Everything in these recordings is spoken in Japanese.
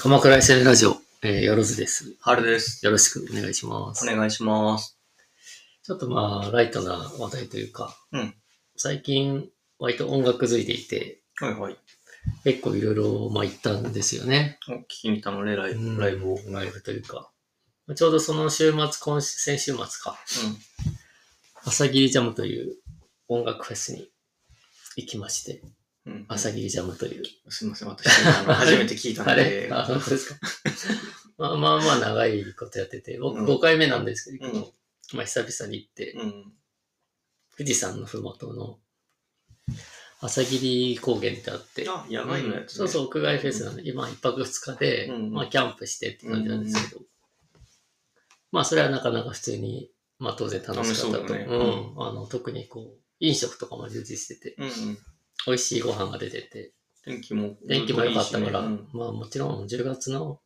鎌倉 SL ラジオ、えー、よろずです。春です。よろしくお願いします。お願いします。ちょっとまあ、ライトな話題というか、うん最近、割と音楽づいていて、はいはい。結構いろいろ、まあ、行ったんですよね。お聞きに行ったのね、ライブ。ライブを、ライブというか。ちょうどその週末、今週、先週末か、朝霧ジャムという音楽フェスに行きまして、うん。うん、朝霧ジャムという。すいません、私、あの初めて聞いたあのれで。 あ、本当です かまあまあまあ長いことやってて、僕うん5回目なんですけど、うんまあ久々に行って、うん。富士山のふもとの朝霧高原ってあって、あ、野外のやつ、ねそうそう、屋外フェスなんで、今一泊二日で、うんまあキャンプしてって感じなんですけど、まあそれはなかなか普通に、まあ当然楽しかったと。楽しそうだねうん、あの特にこう、飲食とかも充実してて、うんうん。美味しいご飯が出てて、天気も。天気も良かったから、うんまあもちろん10月の、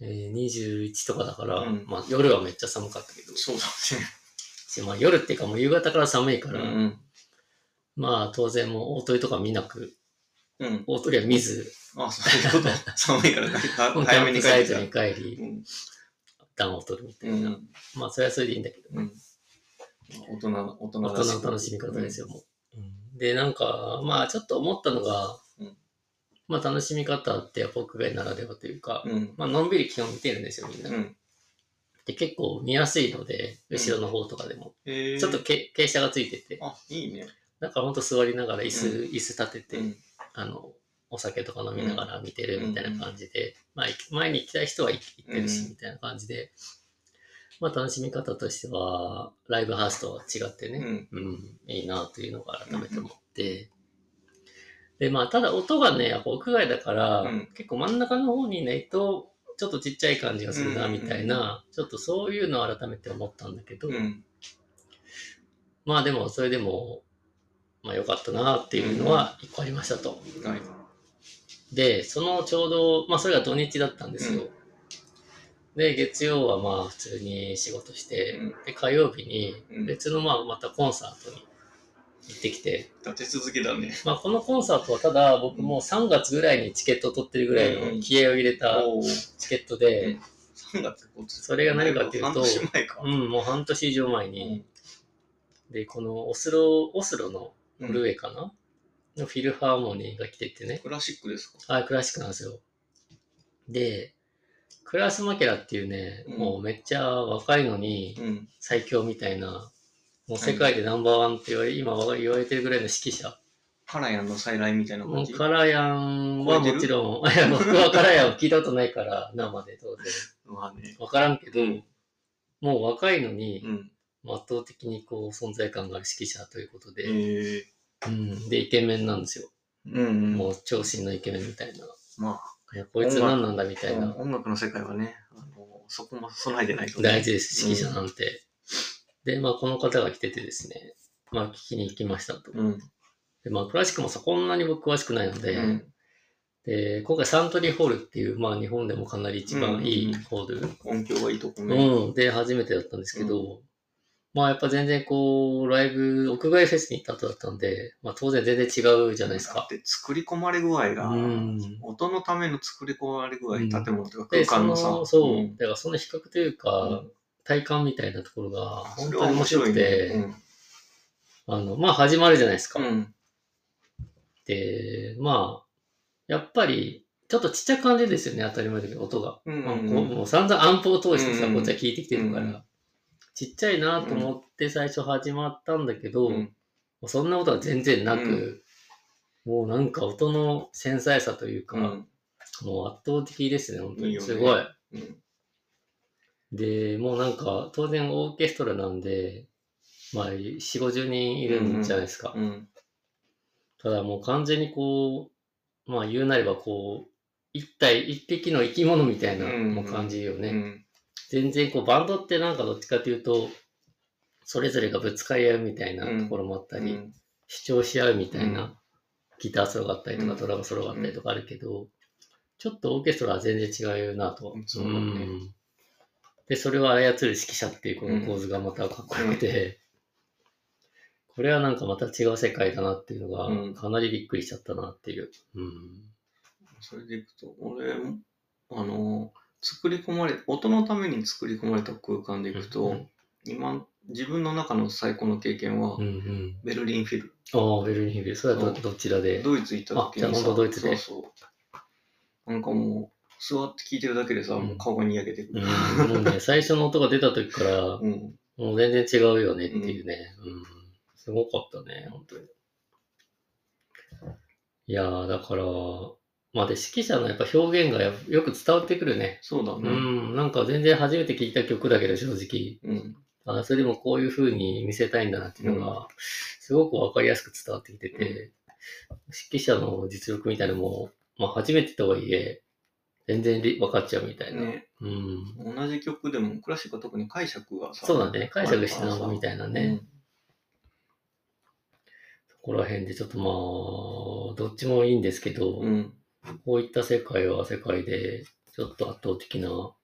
えー21とかだから、うんまあ夜はめっちゃ寒かったけど、そうだしまあ夜っていうかもう夕方から寒いから、ね。うんまあ当然もう大鳥とか見なく、うん。うん。大鳥は見ず、あ、そういうこと。 寒いからなんかキ早ャめンにプ帰サっイてきトたに。帰り、うん。暖を取るみたういな。ん。まあそれはそれでいいんだけどうね。ん。大人の、大人大らしい人の楽しみ方ですよ、もう。で、なんか、まあちょっと思ったのが、うんまあ楽しみ方ってやっぱ屋外ならではというか、うん。まあのんびり基本見てるんですよ、みんな。うん。で結構見やすいので、後ろの方とかでも。えー、ちょっとけ傾斜がついてて、あ、いいね。なんかほんと座りながら椅子、う椅子立てて、うん。あの、お酒とか飲みながら見てるみたいな感じで、まあ、い前に行きたい人は行行ってるし、うんみたいな感じで、まあ楽しみ方としては、ライブハウスとは違ってうね、ん。うん、いいなというのが改めて思って、で、まあただ音がね、やっぱ屋外だから、うん結構真ん中の方にいないと、ちょっとちっちゃい感じがするな、みたいな、ちょっとそういうのを改めて思ったんだけど、うん。まあでも、それでも、まあ良かったなっていうのは一個ありましたと。はい。で、そのちょうど、まあそれが土日だったんですよ。うんで、月曜はまあ普通に仕事して、うんで、火曜日にうん別のまあまたコンサートに行ってきて、立て続けだね。まあこのコンサートはただ僕もう3月ぐらいにチケットを取ってるぐらいの気合を入れたおー。チケットで、 3月5日それが何かっていうと半年前かう。ん、もう半年以上前に、で、このオスロ、オスロのうんノルウェーかな、のフィルハーモニーが来ててね、クラシックですかはい、クラシックなんですよ。で、クラスマケラっていうね、うんもうめっちゃ若いのにうん。最強みたいな、もう世界でナンバーワンって言われ、今言われてるぐらいの指揮者。カラヤンの再来みたいなも感うじ。カラヤンはもちろん、い や僕はカラヤンを聞いたことないから、生で当然。まあね。わからんけど、うんもう若いのにうん。圧倒的にこう存在感がある指揮者ということえで、ー。うん、で、イケメンなんですよ。うんうん。もう長身のイケメンみたいな。まあ、いやこいつ何なんだみたいな。音楽の世界はね、あのそこも備えてないと、ね。大事です、指揮者なんて。で、まあ、この方が来ててですね、まあ、聞きに行きましたと。うん。で、まあ、クラシックもさ、こんなに僕詳しくないので、うんで、今回サントリーホールっていう、まあ、日本でもかなり一番いいホール、うん音響がいいとこね。で、初めてだったんですけど、まあ、やっぱ全然こう、ライブ、屋外フェスに行った後だったんで、まあ、当然全然違うじゃないですだっか。て作り込まれ具合が、うん音のための作り込まれ具合、うん建物とかで、空そ間のの、さ、そう、んだからその比較というか、うん体感みたいなところが、そ本れ当はに面面白白くいて、ね。あの、まあ、始まるじゃないですか。うん。うんで、まあ、やっぱり、ちょっとちっちゃい感じですよね、当たり前だけど、音が。うんまあうこんうもう散々アンプを通してさ、うんこっちは聞いてきてるかうんら、ちっちゃいなと思って最初始まったんだけど、うもんうそんなことは全然なうく、もうなんか音の繊細さというか、うんもう圧倒的ですね、本当いいに。よねすごい。うんで、もうなんか、当然オーケストラなんで、まあ、4、50人いるんじゃないですか。うん。ただもう完全にこう、まあ言うなればこう、一体一匹の生き物みたいなうんもう感じるよね。うん全然こうバンドってなんかどっちかというと、それぞれがぶつかり合うみたいなうんところもあったり、うん主張し合うみたいな、うんギターソロがあったりとか、うんドラムソロがあったりとかあるけど、ちょっとオーケストラは全然違うなと。うんそうだねんで、それを操る指揮者っていうこの構図がまたかっこよくて、これはなんかまた違う世界だなっていううのんが、かなりびっくりしちゃったなっていう。うん。それでいくと、俺、あの、作り込まれ、音のために作り込まれた空間でいくと、うん今、自分の中の最高の経験は、うんうん。ベルリンフィル。ああ、ベルリン・ヒビル。それはどそうどちらで。ドイツ行った時あにじゃあさ、本当ドイツでそうそう。なんかもう、座って聞いてるだけでさ、うんもう顔がにやけてくうる。ん、もうね、最初の音が出た時から、うん。もう全然違うよねっていうね。うん。すごかったね、本当に。いやー、だから、まあで、指揮者のやっぱ表現がやよく伝わってくるね。そうだうね。ん、なんか全然初めて聴いた曲だけど、正直。うん。あそれでもこういう風に見せたいんだなっていうのが、すごくわかりやすく伝わってきてて、指揮者の実力みたいなのも、まあ初めてとはいえ、全然り分かっちゃうみたいな。ね、うん。同じ曲でも、クラシックは特に解釈がさ、そうだね。解釈してなんぼみたいなね。うん。そこら辺でちょっとまあ、どっちもいいんですけど、うん。こういった世界は世界で、ちょっと圧倒的なと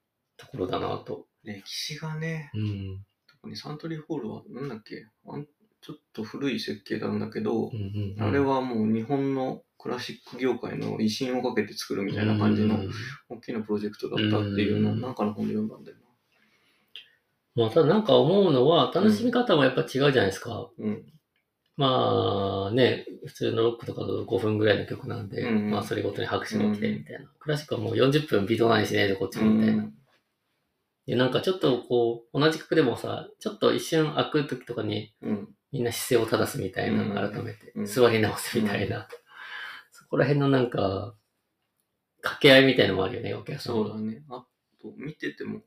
ころだなと。歴史がね、うん。特にサントリーホールは、なんだっけあんちょっと古い設計なんだけど、うんうん、あれはもう日本のクラシック業界の威信をかけて作るみたいな感じのうん大きなプロジェクトだったっていうのをうんなんかの本で読んだんだよまあ、ただなんか思うのは、楽しみ方もやっぱ違うじゃないですか。な。うん。まあね、普通のロックとかだと5分ぐらいの曲なんで、うんうんまあそれごとに拍手が起きてみたいな。クラシックはもう40分微動ないしねえぞ、こっちもみたいな。で、なんかちょっとこう、同じ曲でもさ、ちょっと一瞬開く時とかに、うん。みんな姿勢を正すみたいな、うん改めてう。ん座り直すみたいな。そこら辺のなんか、掛け合いみたいのもあるよね、お客さんそうの。だね。あと、見てても、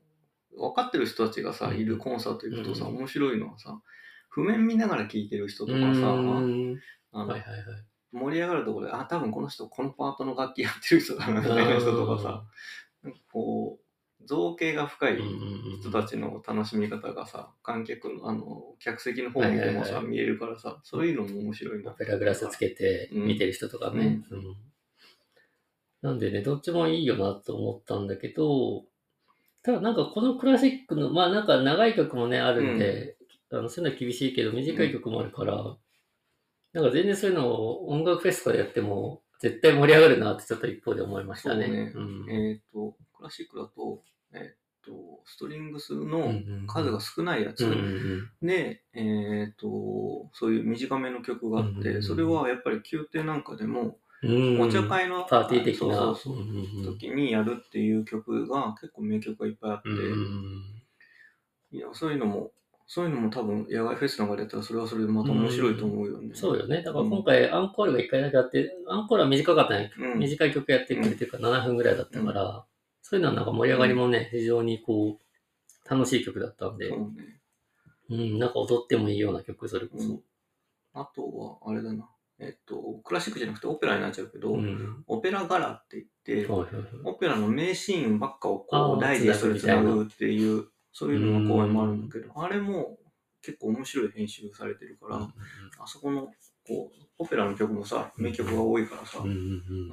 分かってる人たちがさ、うんいるコンサート行くとさ、うん面白いのはさ、譜面見ながら聴いてる人とかうさ、ーんあのはいはいはい。盛り上がるところで、あ、多分この人、このパートの楽器やってる人だな、みたいな人とかさ、なんかこう、造形が深いうんうんうん人たちの楽しみ方がさ、観客の、あの、客席の方見てもはいはいはさ、見えるからさ、そういうのも面白いなオ。ペラグラスつけてうん見てる人とかね。ううんなんでね、どっちもいいよなと思ったんだけど、ただなんかこのクラシックの、まあなんか長い曲もね、あるんで、あのそういうのは厳しいけど、短い曲もあるから、なんか全然そういうのを音楽フェスとかでやっても、絶対盛り上がるなってちょっと一方で思いましたね。そうねんえっと、クラシックだと、えっと、ストリングスのうん数が少ないやつうんうんうんで、えっと、そういう短めの曲があっうて、んそれはやっぱり宮廷なんかでも、うんお茶会のパーティー的な。そうそうそううんうんうん時にやるっていう曲が結構名曲がいっぱいあって、うんうんいやそういうのもそういうのも多分野外フェスなんかでやったらそれはそれでまた面白いと思うよね。そうよね。だから今回アンコールが1回だけあって、アンコールは短かったね。うん、短い曲やってくれてるから7分ぐらいだったから、そういうのはなんか盛り上がりもね、非常にこう、楽しい曲だったんで、そううね。ん、なんか踊ってもいいような曲、それこうんそ。あとはあれだな、えっとクラシックじゃなくてオペラになっちゃうけど、うん。オペラ柄って言って、はいはいはいオペラの名シーンばっかをあこーうダイジェストでつなつなぐぐっていうそういうのの公演もあるんだけど、あれも結構面白い編集されてるから、あそこのこうオペラの曲もさ名曲が多いからさ、うんうんう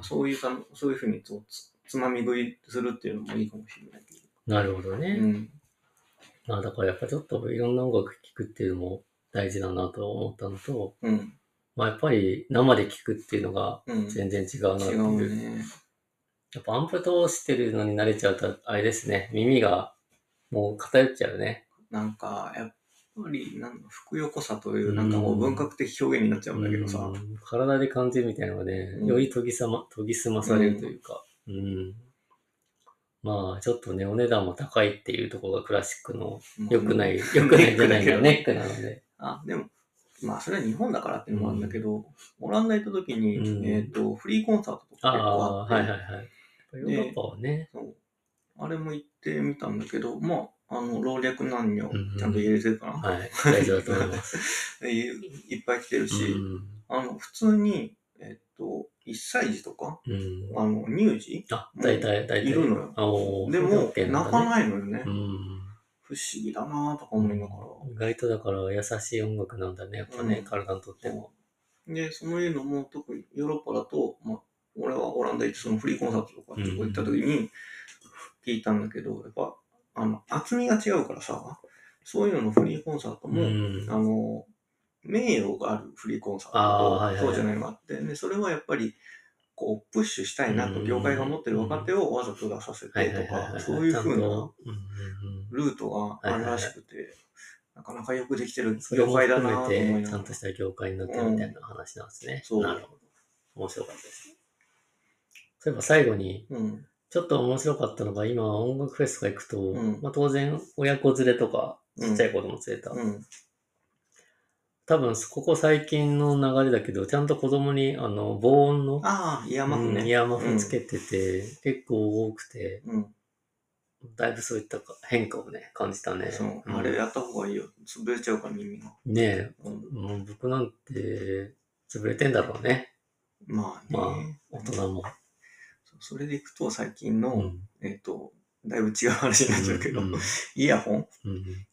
んそういうかそういうふうにつつつまみ食いするっていうのもいいかもしれないけど。なるほどね。うんまあだからやっぱちょっといろんな音楽聴くっていうのも大事だなと思ったのと、うん。まあやっぱり生で聴くっていうのがうん。全然違うなって違いう。うね。やっぱアンプ通してるのに慣れちゃうと、あれですね、耳がもう偏っちゃうね。なんか、やっぱり、なんか、ふくよこさという、なんかもううん文学的表現になっちゃうんだけどさう。ん体で感じるみたいなのがね、うんより研ぎさま、研ぎ澄まされるというか、うん。まあ、ちょっとね、お値段も高いっていうところがクラシックの良くない、良くないじゃないのネックなので。あ、でも、まあ、それは日本だからっていうのもあるんだけど、オランダ行った時に、うんえっと、フリーコンサートとあか結構あ、あはって、いはいはい。ヨーロッパはね、そうあれも行ってみたんだけど、まあ、あの、老若男女うん、ちゃんと入れてるかな、 はい、大丈夫だと思います。でいいっぱい来てるし、うあの、普通に、えっと、1歳児とか、ん。うん。あの、乳児あ、大体、大体。いるのよ。あおーでそういうもわ、けな泣んかだねないのよね。うん。不思議だなぁとか思いなが意外とだから優しい音楽なんだね、やっぱね、うん体にとっても。ら。で、そういうのも、特にヨーロッパだと、まあ、俺はオランダ行って、そのフリーコンサートとか、そこ行った時に聞いたんだけど、やっぱ、あの、厚みが違うからさ、そういうののフリーコンサートも、うんあの、名誉があるフリーコンサートあと、ーはいはいはいそうじゃないのがあって、でそれはやっぱり、こう、プッシュしたいなうと、ん業界が持ってる若手をわざと出させはいてはいとはいはか、い。そういうふうちゃんなとうんうんうんルートがあるらしくて、なかなかよくできてるそれ業も界だ含なと思いめて、なちゃがんらと。した業界になってるみたいな話なんですね。そうなるほど。面白かったですね。そういえば最後に、うん。ちょっと面白かったのが、今音楽フェスとか行くと、うんまあ、当然親子連れとか、うんちっちゃい子供連れた。うん。多分、ここ最近の流れだけど、ちゃんと子供に、あの、防音の、ああ、イヤーマフうんイね。ヤーマフつけてて、結構多くて、うん。だいぶそういったか変化をね、感じたね。そう。うんあれやった方がいいよ。潰れちゃうから耳が。ねえ、うん。もう僕なんて、潰れてんだろうね。まあね。ま大人も。そうそれでいくと最近の、うんえっ、と、だいぶ違う話になっちゃうけど、うんうんイヤホン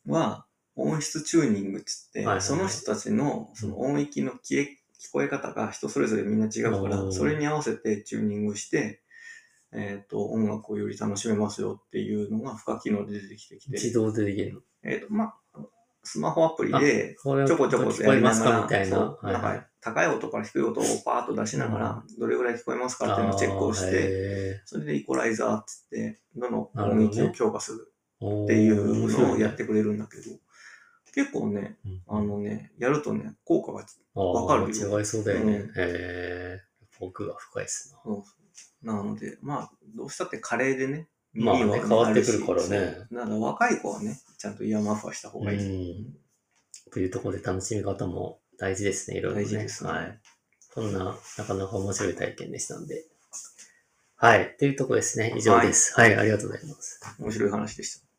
うんは音質チューニングっつって、はいはいはいその人たちのその音域の消え聞こえ方が人それぞれみんな違うかおーら、それに合わせてチューニングして、えっ、と、音楽をより楽しめますよっていうのが付加機能で出てきてき自て、動でできるの。えっ、と、まあ、スマホアプリで、これちょこちょこ聞こえますかみたいな。そうはいなんはいか高い音から低い音をパーッと出しながら、どれぐらい聞こえますかっていうのをチェックをしあーて、へそれでイコライザーっつって、どのなるほどね音域を強化するーおーっていう面白いのをねやってくれるんだけど、結構ね、うんあのね、やるとね、効果が、あーわかるよ違いそうだよね。うんえー、奥が深いっすそうなので、まあ、どうしたってカレーでね、まあね耳は変わってくるからねあるしそうなので若い子はね、ちゃんとイヤーマフはした方な。がういい。ん。というところで楽しみ方も大事ですね、いろいろ、ね。大事ですねはい。こんな、なかなか面白い体験でしたんで。はい。というところですね。以上です。はい、ありがとうございます。面白い話でした。